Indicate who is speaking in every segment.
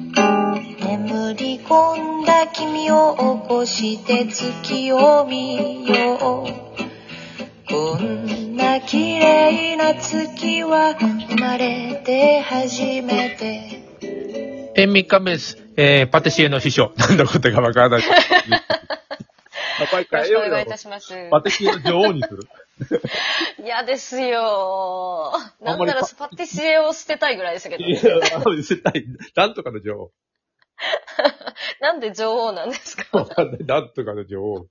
Speaker 1: 眠り込んだ君を起こして月を見ようこんな綺麗な月は生まれて初めて
Speaker 2: 塩味カメス、えー、パティシエの秘 書。なんだことかわからない。パ
Speaker 1: よろしくお願いいたします
Speaker 2: パティシエの女王にす る。
Speaker 1: 嫌ですよ
Speaker 2: あ
Speaker 1: なんん
Speaker 2: まり
Speaker 1: ならパティシエを捨てたいぐらいですけど
Speaker 2: いや、絶対、なんとかの女王。
Speaker 1: なんで女王なんですか
Speaker 2: わかんないなんとかの女王。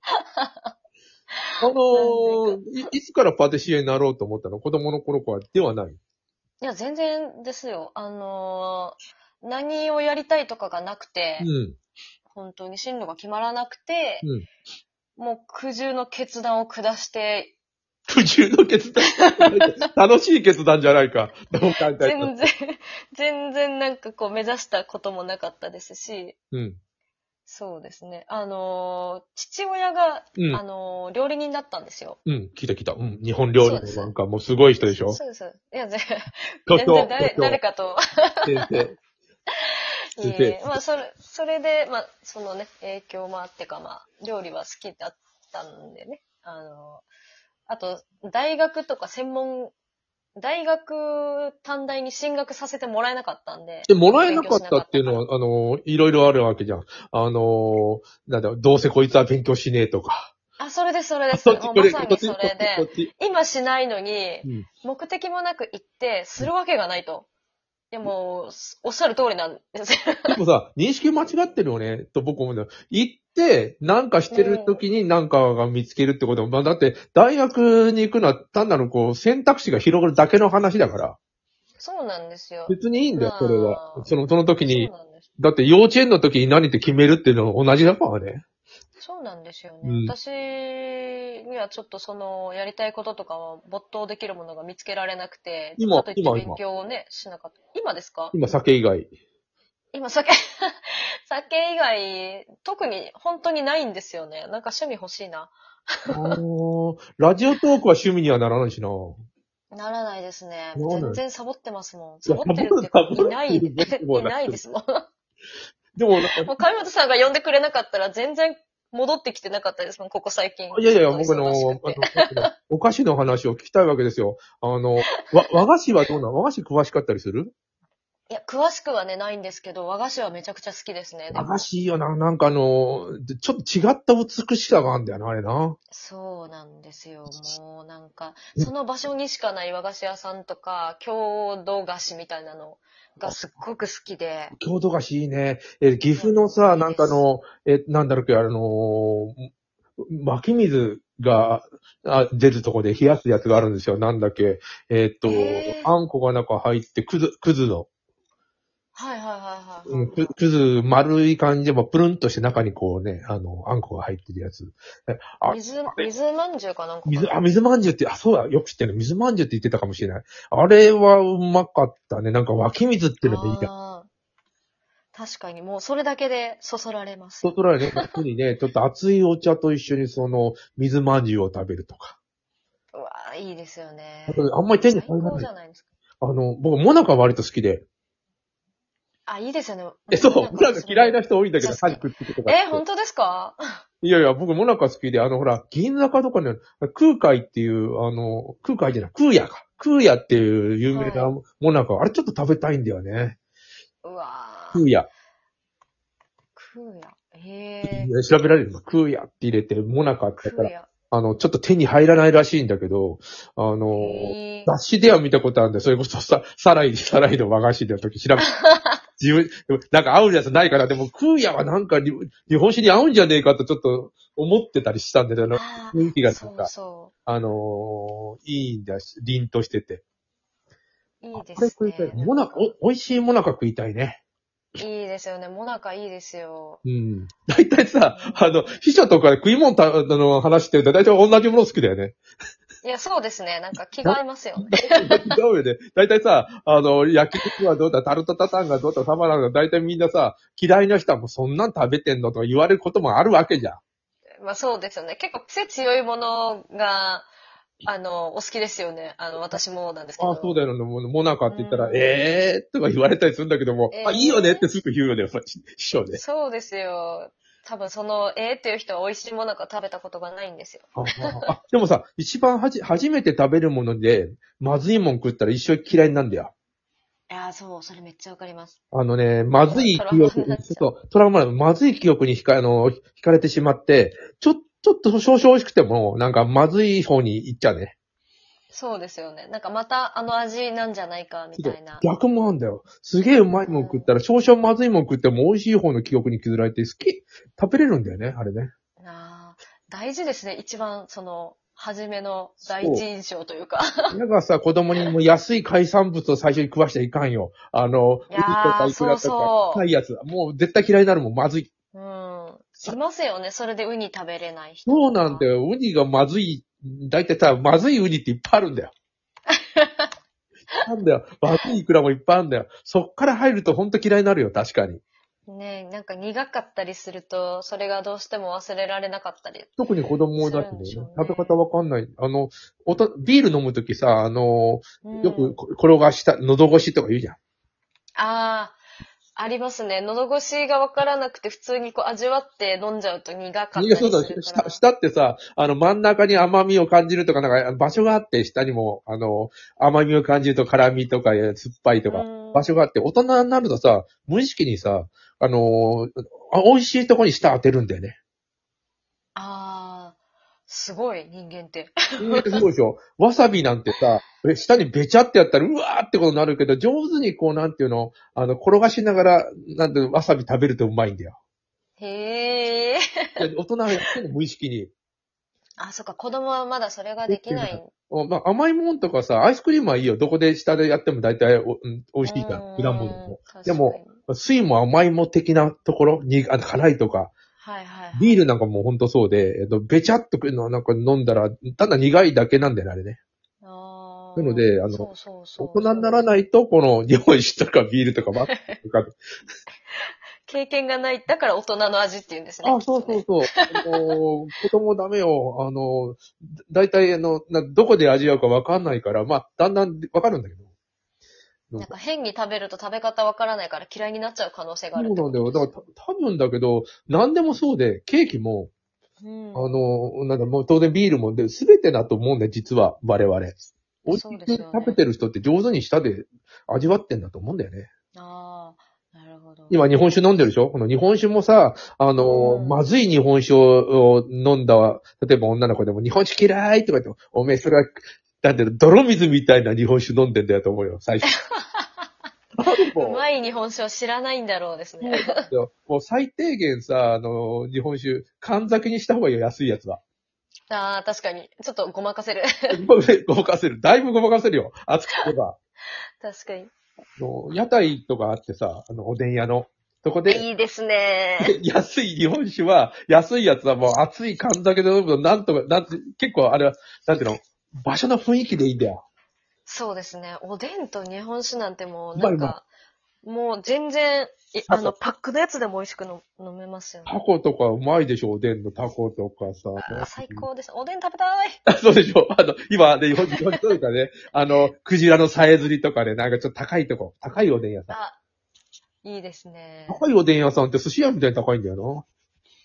Speaker 2: あのーい、いつからパティシエになろうと思ったの子供の頃からではない。
Speaker 1: いや、全然ですよ。あのー何をやりたいとかがなくて、
Speaker 2: うん。
Speaker 1: 本当に進路が決まらなくて、
Speaker 2: うん
Speaker 1: もう苦渋の決断を下して、
Speaker 2: 苦渋の決 断。楽しい決断じゃないか。どう考えたら
Speaker 1: 全然、 全然なんかこう目指したこともなかったですし、
Speaker 2: うん。
Speaker 1: そうですね。あのー父親が、
Speaker 2: うん
Speaker 1: あのー料理人だったんですよ。
Speaker 2: うん。来た来た。うん。日本料理のなんかもうすごい人でしょ
Speaker 1: そうです。いや、全
Speaker 2: 巨
Speaker 1: 全
Speaker 2: 匠
Speaker 1: 然、誰
Speaker 2: 巨
Speaker 1: 誰
Speaker 2: 匠
Speaker 1: か と。
Speaker 2: 先生。
Speaker 1: いえい
Speaker 2: 先
Speaker 1: えまあ、それ、それで、まあ、そのね、影響もあってか、まあ、料理は好きだったんでね。あの、あと、大学とか専門、大学、短大に進学させてもらえなかったんで。
Speaker 2: で、もらえなかったっていうのは、あのー、いろいろあるわけじゃん。あのー、なんだろう、どうせこいつは勉強しねえとか。
Speaker 1: あ、それです、それです。
Speaker 2: そっ
Speaker 1: も
Speaker 2: ち、
Speaker 1: う
Speaker 2: こ
Speaker 1: ま
Speaker 2: れ、
Speaker 1: さ
Speaker 2: こ
Speaker 1: に
Speaker 2: っち、
Speaker 1: そ
Speaker 2: こ
Speaker 1: れ
Speaker 2: っ
Speaker 1: で、
Speaker 2: ち。
Speaker 1: 今しないのに
Speaker 2: う、ん
Speaker 1: 目的もなく行って、するわけがないと。いや、もう、おっしゃる通りなんですよ。
Speaker 2: でもさ、認識間違ってるよね、と僕思うんだよ。行って、なんかしてる時になんかが見つけるってことも、まあだって、大学に行くのは単なるこう、選択肢が広がるだけの話だから、
Speaker 1: そうなんですよ。
Speaker 2: 別にいいんだよ、それは
Speaker 1: う。ん
Speaker 2: その、その時
Speaker 1: そう
Speaker 2: に、
Speaker 1: なんです。
Speaker 2: だって幼稚園の時に何って決めるっていうのは同じだからね。
Speaker 1: そうなんですよね。
Speaker 2: うん
Speaker 1: 私にはちょっとその、やりたいこととかは没頭できるものが見つけられなくて、
Speaker 2: 今
Speaker 1: かといって
Speaker 2: 今今
Speaker 1: 勉強をね、しなかった。今ですか
Speaker 2: 今、酒以外。
Speaker 1: 今酒、 酒以外、特に本当にないんですよね。なんか趣味欲しいな。
Speaker 2: あーラジオトークは趣味にはならないしな。
Speaker 1: ならないですね。
Speaker 2: ならない
Speaker 1: 全然サボってますもん。
Speaker 2: いや
Speaker 1: サボってるっていうか、
Speaker 2: サボってる
Speaker 1: いない、
Speaker 2: サボってる
Speaker 1: いないですもん。
Speaker 2: でも、なん か、
Speaker 1: もう上本さんが呼んでくれなかったら全然戻ってきてなかったですもん、ここ最近。
Speaker 2: いやいやいや、
Speaker 1: ち
Speaker 2: 僕
Speaker 1: ょ
Speaker 2: あ
Speaker 1: っ
Speaker 2: の、あ
Speaker 1: と忙し
Speaker 2: の
Speaker 1: くて、
Speaker 2: お菓子の話を聞きたいわけですよ。あの、わ、和菓子はどうなの和菓子詳しかったりする
Speaker 1: いや、詳しくはね、ないんですけど、和菓子はめちゃくちゃ好きですね。でも
Speaker 2: 和菓子いいよな、なんかあの、でちょっと違った美しさがあるんだよな、あれな。
Speaker 1: そうなんですよ。もうなんか、その場所にしかない和菓子屋さんとか、郷土菓子みたいなのがすっごく好きで、
Speaker 2: 郷土菓子いいね。え、岐阜のさ、なんかあの、え、なんだろうけど、あの、湧き水があ出るとこで冷やすやつがあるんですよ。なんだっけ。えっと、
Speaker 1: へー
Speaker 2: あんこが中入って、くず、くずの。
Speaker 1: はいはいはいはい、
Speaker 2: うん、くくず、丸い感じで、まあプルンとして中にこうね、あの、あんこが入ってるやつ。あ
Speaker 1: 水、水まんじゅうかなんかかな
Speaker 2: 水、あ、水まんじゅうって、あ、そうだ、よく知ってる。水まんじゅうって言ってたかもしれない。あれはうまかったね。なんか湧き水っていうのがいいじゃん。
Speaker 1: あー確かに、もうそれだけでそそられます。
Speaker 2: そそられね、特にね、ちょっと熱いお茶と一緒にその、水まんじゅうを食べるとか。
Speaker 1: うわーいいですよね
Speaker 2: あ。とあんまり手に
Speaker 1: 最
Speaker 2: 入ら
Speaker 1: 高
Speaker 2: な
Speaker 1: じ
Speaker 2: い。
Speaker 1: ゃないですか。
Speaker 2: あの、僕、モナカ割と好きで。
Speaker 1: あ、いいですよね。
Speaker 2: え、そう、モナカ嫌いな人多いんだけど、
Speaker 1: そう
Speaker 2: 早く食ってとか。
Speaker 1: え、本当ですか
Speaker 2: いやいや、僕、モナカ好きで、あの、ほら、銀座かとかにある、空海っていう、あの、空海じゃない、空也か。空也っていう有名なモナカ、あれちょっと食べたいんだよね。
Speaker 1: うわー
Speaker 2: 空也。
Speaker 1: 食うや。へー
Speaker 2: 調べられるの空也って入れて、モナカってやった
Speaker 1: 食う
Speaker 2: ら、
Speaker 1: や。
Speaker 2: あの、ちょっと手に入らないらしいんだけど、あの、
Speaker 1: へー
Speaker 2: 雑誌では見たことあるんで、それこそさ、サライ、サライの和菓子の時 調べ、自分、でもなんか合うやつないから、でも空也はなんか日日本酒に合うんじゃねえかとちょっと思ってたりしたんだけど、
Speaker 1: あー
Speaker 2: 雰囲気が
Speaker 1: そ
Speaker 2: なん
Speaker 1: う
Speaker 2: か、
Speaker 1: そ
Speaker 2: あのーいいんだし、凛としてて。
Speaker 1: う。いいで
Speaker 2: これ
Speaker 1: す
Speaker 2: 食いた
Speaker 1: ね
Speaker 2: い。。モナカ、お、美味しいモナカ食いたいね。
Speaker 1: いいですよね。モナカいいですよ。
Speaker 2: うん。大体さ、あの、秘書とかで食い物た、あの、話してると大体同じもの好きだよね。
Speaker 1: いや、そうですね。なんか気が合いますよね。
Speaker 2: 違うよね。大体さ、あの、焼き肉はどうだ、タルタタタンがどうだ、サバラが大体みんなさ、嫌いな人はもうそんなん食べてんのとか言わ れることもあるわけじゃん。
Speaker 1: まあそうですよね。結構癖強いものが、あの、お好きですよね。あの、私もなんですけど。
Speaker 2: あ、そうだよな、もうモナカって言ったら、
Speaker 1: うん
Speaker 2: ええーとか言われたりするんだけども、
Speaker 1: えー
Speaker 2: あ、いいよねってすぐ言うよね、やっぱり師匠で。
Speaker 1: そうですよ。多分その、ええっていう人は美味しいものが食べたことがないんですよ。
Speaker 2: ああ あでもさ、一番はじ、初めて食べるもので、まずいもん食ったら一生嫌いになるんだよ。
Speaker 1: いやーそう、それめっちゃわかります。
Speaker 2: あのね、まずい記憶、
Speaker 1: トラウマになっちゃう
Speaker 2: そう、トラウマなの、まずい記憶に惹か、あの、惹かれてしまって、ちょ、ちょっと少々美味しくても、なんかまずい方に行っちゃうね。
Speaker 1: そうですよね。なんかまたあの味なんじゃないか、みたいな。
Speaker 2: 逆もあんだよ。すげえうまいもん食ったら、少々まずいもん食っても美味しい方の記憶に削られて、好き、食べれるんだよね、あれ ね。
Speaker 1: なあ大事ですね。一番、その、初めの第一印象というか。
Speaker 2: だからさ、子供にもう安い海産物を最初に食わしちゃいかんよ。あの、
Speaker 1: い
Speaker 2: ウニとか
Speaker 1: やー
Speaker 2: イクラと
Speaker 1: そう
Speaker 2: か、
Speaker 1: そう
Speaker 2: 高いやつ。もう絶対嫌いになるもん、まずい。
Speaker 1: うん。
Speaker 2: さ
Speaker 1: いますよね。それでウニ食べれない人。
Speaker 2: そうなんだよ。ウニがまずい、だいたいさ、まずいウニっていっぱいあるんだよ。なんだよ。まずいイクラもいっぱいあるんだよ。そっから入るとほんと嫌いになるよ、確かに。
Speaker 1: ねえ、なんか苦かったりすると、それがどうしても忘れられなかったり。
Speaker 2: 特に子供だしね
Speaker 1: そうでしょうね
Speaker 2: 食べ方わかんない。あの、おと、ビール飲むときさ、あの、
Speaker 1: うん
Speaker 2: よくこ転がした、喉越しとか言うじゃん。
Speaker 1: ああ、ありますね。喉越しがわからなくて、普通にこう味わって飲んじゃうと苦かったり
Speaker 2: いや、そ
Speaker 1: する
Speaker 2: うだ
Speaker 1: から。
Speaker 2: ね、下、下ってさ、あの、真ん中に甘みを感じるとか、なんか、場所があって、下にも、あの、甘みを感じると辛みとか、えー酸っぱいとか、
Speaker 1: うん
Speaker 2: 場所があって、大人になるとさ、無意識にさ、あのーあ美味しいとこに舌当てるんだよね。
Speaker 1: ああ、すごい、人間って。
Speaker 2: 人間ってすごいでしょ。わさびなんてさ、え舌にべちゃってやったら、うわーってことになるけど、上手にこう、なんていうの、あの、転がしながら、なんていうのわさび食べるとうまいんだよ。
Speaker 1: へえ。
Speaker 2: で大人はやってるの無意識に。
Speaker 1: あ、そっか、子供はまだそれができない。
Speaker 2: おまあ、甘いもんとかさ、アイスクリームはいいよ。どこで下でやっても大体お、うん、美味しいから、
Speaker 1: うん
Speaker 2: 果物も。。
Speaker 1: 確かに
Speaker 2: でも、水も甘いも的なところに、あの辛いとか、
Speaker 1: はいはいはい。
Speaker 2: ビールなんかもほんとそうで、えっと、べちゃっとくるのなんか飲んだら、ただ苦いだけなんだよね、あれね。
Speaker 1: あ
Speaker 2: なのであの
Speaker 1: そうそうそ
Speaker 2: 大
Speaker 1: う
Speaker 2: 人にならないと、この、日本酒とかビールとかばっかりとか。
Speaker 1: 経験がない、だから大人の味って言うんですね。
Speaker 2: あ、そうそうそう。あの子供ダメよ。あの、だいたい、あの、などこで味わうかわかんないから、まあ、だんだんわかるんだけど。
Speaker 1: なんか変に食べると食べ方わからないから嫌いになっちゃう可能性がある
Speaker 2: そうなんだよ。だから
Speaker 1: ら、
Speaker 2: た多分だけど、何でもそうで、ケーキも、
Speaker 1: うん、
Speaker 2: あの、なんだ、もう当然ビールも、で、すべてだと思うんだよ、実は、我々。おいし
Speaker 1: そ
Speaker 2: く
Speaker 1: うですよね
Speaker 2: 食べてる人って上手に舌で味わってんだと思うんだよね。
Speaker 1: ああ、なるほど。
Speaker 2: 今日本酒飲んでるでしょこの日本酒もさ、あの、
Speaker 1: うん
Speaker 2: まずい日本酒を飲んだ、例えば女の子でも日本酒嫌いとか言って、おめえそれは、なんていうの泥水みたいな日本酒飲んでんだよと思うよ、最 初。なん
Speaker 1: う
Speaker 2: も
Speaker 1: まい日本酒を知らないんだろうです
Speaker 2: そう
Speaker 1: ね。
Speaker 2: なんだよ。もう最低限さ、あの、日本酒、缶酒にした方がいいよ、安いやつは。
Speaker 1: ああ、確かに。ちょっとごまかせる。
Speaker 2: ごまかせる。だいぶごまかせるよ。熱くてば。
Speaker 1: 確かに。
Speaker 2: あの屋台とかあってさ、あの、おでん屋の。そこで、
Speaker 1: いいですね。
Speaker 2: 安い日本酒は、安いやつはもう熱い缶酒で飲むと、なんとか、なんて、結構あれは、なんていうの、場所の雰囲気でいいんだよ。
Speaker 1: そうですね。おでんと日本酒なんてもう、
Speaker 2: うま
Speaker 1: ないんか、もう全然、い
Speaker 2: あ
Speaker 1: あ
Speaker 2: そう
Speaker 1: の、パックのやつでも美味しくの飲めますよね。
Speaker 2: タコとかうまいでしょ、おでんのタコとかさ。
Speaker 1: あー最高です。おでん食べたい。
Speaker 2: そうでしょあの、今ね、日本日本というかね、あの、クジラのさえずりとかね、なんかちょっと高いとこ、高いおでん屋さん。
Speaker 1: あ、いいですね。
Speaker 2: 高いおでん屋さんって寿司屋みたいに高いんだよ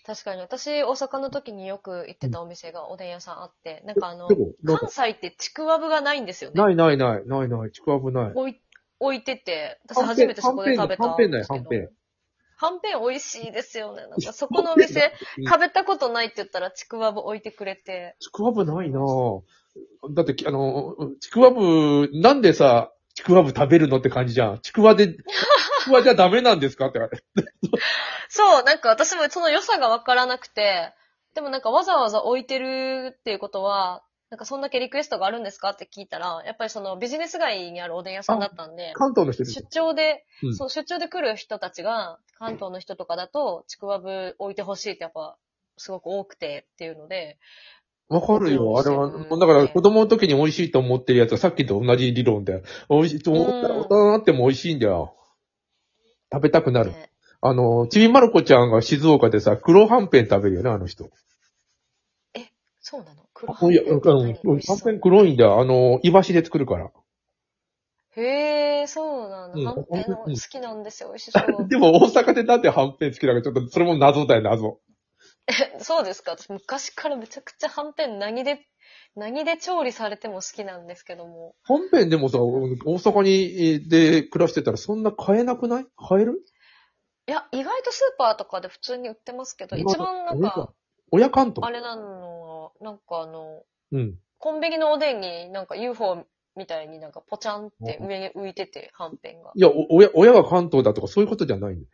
Speaker 1: 確かに。私、大阪の時によく行ってたお店がおでん屋さんあって、なんかあ
Speaker 2: な。
Speaker 1: の
Speaker 2: で、も、なんか
Speaker 1: 関、西ってちくわぶがないんですよね。
Speaker 2: ないないない、ないない、ちくわぶない。
Speaker 1: 置い置いてて、私
Speaker 2: はんぺん
Speaker 1: 初めてそこで食べたんですけ
Speaker 2: はん
Speaker 1: ど
Speaker 2: ぺんだよ。
Speaker 1: はんぺん美味しいですよね。なんかそこのお店
Speaker 2: ぺんだ
Speaker 1: 食べたことないって言ったらちくわぶ置いてくれて。
Speaker 2: ちくわぶないなぁ。だって、あの、ちくわぶ、なんでさ、ちくわぶ食べるのって感じじゃん。ちくわで、ちくわじゃダメなんですかって。
Speaker 1: そう、なんか私もその良さがわからなくて、でもなんかわざわざ置いてるっていうことは、なんかそんだけリクエストがあるんですかって聞いたら、やっぱりそのビジネス街にあるおでん屋さんだったんで、
Speaker 2: 関東の人でし
Speaker 1: 出
Speaker 2: ょ
Speaker 1: 張で、
Speaker 2: うん
Speaker 1: そう、出張で来る人たちが、関東の人とかだと、ちくわぶ置いてほしいってやっぱ、すごく多くてっていうので、
Speaker 2: わかるよ。あれは、
Speaker 1: うん
Speaker 2: だから子供の時に美味しいと思ってるやつはさっきと同じ理論だよ。美味しいと思ったら
Speaker 1: うん
Speaker 2: 大人になっても美味しいんだよ。食べたくなる。
Speaker 1: ね
Speaker 2: あの、ちびまる子ちゃんが静岡でさ、黒はんぺん食べるよね、あの人。
Speaker 1: そうなの黒
Speaker 2: いや、あの、
Speaker 1: 美味し
Speaker 2: はん
Speaker 1: そ
Speaker 2: ぺ
Speaker 1: うん
Speaker 2: 黒いんだよ。あの、イワシで作るから。
Speaker 1: へえ、そうなんだ。はんぺんの
Speaker 2: うん
Speaker 1: 好きなんですよ。美味しそう。
Speaker 2: でも大阪でなんではんぺん好きなのか、ちょっとそれも謎だよ、謎。
Speaker 1: そうですか。私昔からめちゃくちゃはんぺん何で、何で調理されても好きなんですけども。
Speaker 2: はんぺんでもさ、大阪に、えーで暮らしてたらそんな買えなくない買える
Speaker 1: いや、意外とスーパーとかで普通に売ってますけど、
Speaker 2: 今
Speaker 1: 一番なんか、
Speaker 2: 親関東
Speaker 1: あれなのは、なんかあの、
Speaker 2: うん。
Speaker 1: コンビニのおでんになんか UFO みたいになんかポチャンって上に浮いてて、はんぺんが。
Speaker 2: いや、お親、親が関東だとかそういうことじゃないんだ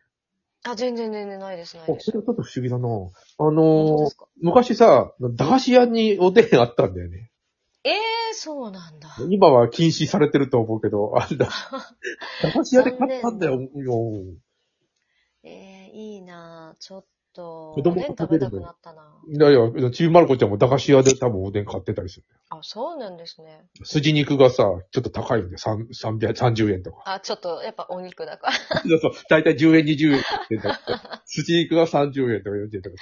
Speaker 1: あ、全然全然ないです、ない
Speaker 2: よ。あ
Speaker 1: で
Speaker 2: そ
Speaker 1: す。
Speaker 2: れはちょっと不思議だなあ
Speaker 1: 本当
Speaker 2: の
Speaker 1: で
Speaker 2: ー
Speaker 1: すか
Speaker 2: 昔さ、駄菓子屋におでんあったんだよね。
Speaker 1: ええそうなんだ。
Speaker 2: 今は禁止されてると思うけど、あれ だ。駄菓子屋で買ったんだよ、もう
Speaker 1: ええいいなぁ。ちょっと、
Speaker 2: 子供
Speaker 1: おでん
Speaker 2: が食
Speaker 1: 食
Speaker 2: べ
Speaker 1: べ
Speaker 2: る
Speaker 1: た
Speaker 2: の
Speaker 1: くなったなぁ
Speaker 2: いやいや、ちびまる子ちゃんも駄菓子屋で多分おでん買ってたりする。
Speaker 1: あ、そうなんですね。
Speaker 2: 筋肉がさ、ちょっと高いんだよ。三三百30円とか。
Speaker 1: あ、ちょっと、やっぱお肉だから。
Speaker 2: そうそう。だいたい10円、20円って言ってた。筋肉が30円とか40円とか。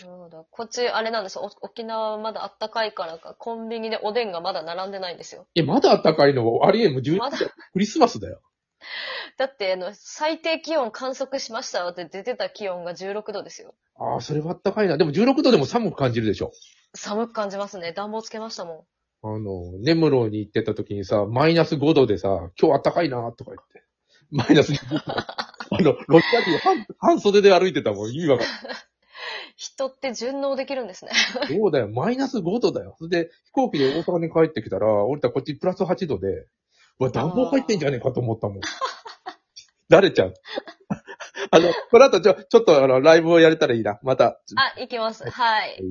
Speaker 1: そうだ。こっち、あれなんですよ。お沖縄はまだあったかいからか、コンビニでおでんがまだ並んでないんですよ。
Speaker 2: え、まだ高いのありえん、もう10
Speaker 1: まだ、
Speaker 2: クリスマスだよ。
Speaker 1: だって、あの、最低気温観測しましたって出てた気温が16度ですよ。
Speaker 2: ああ、それはあったかいな。でも16度でも寒く感じるでしょ。
Speaker 1: 寒く感じますね。暖房つけましたも
Speaker 2: あの、根室に行ってた時にさ、マイナス5度でさ、今日あったかいなとか言って。マイナス2度。あの、ロシア人半、半袖で歩いてたもん、意味わかん
Speaker 1: ん。人って順応できるんですね。
Speaker 2: ない。そうだよ、マイナス5度だよ。それで、飛行機で大阪に帰ってきたら、俺たちこっちプラス8度で、うわ、暖房入ってんじゃねえかと思ったもん。 慣れちゃう。あの、この後ちょ、ちょっとあの、ライブをやれたらいいな。また。
Speaker 1: あ、行きます。はい。
Speaker 2: はい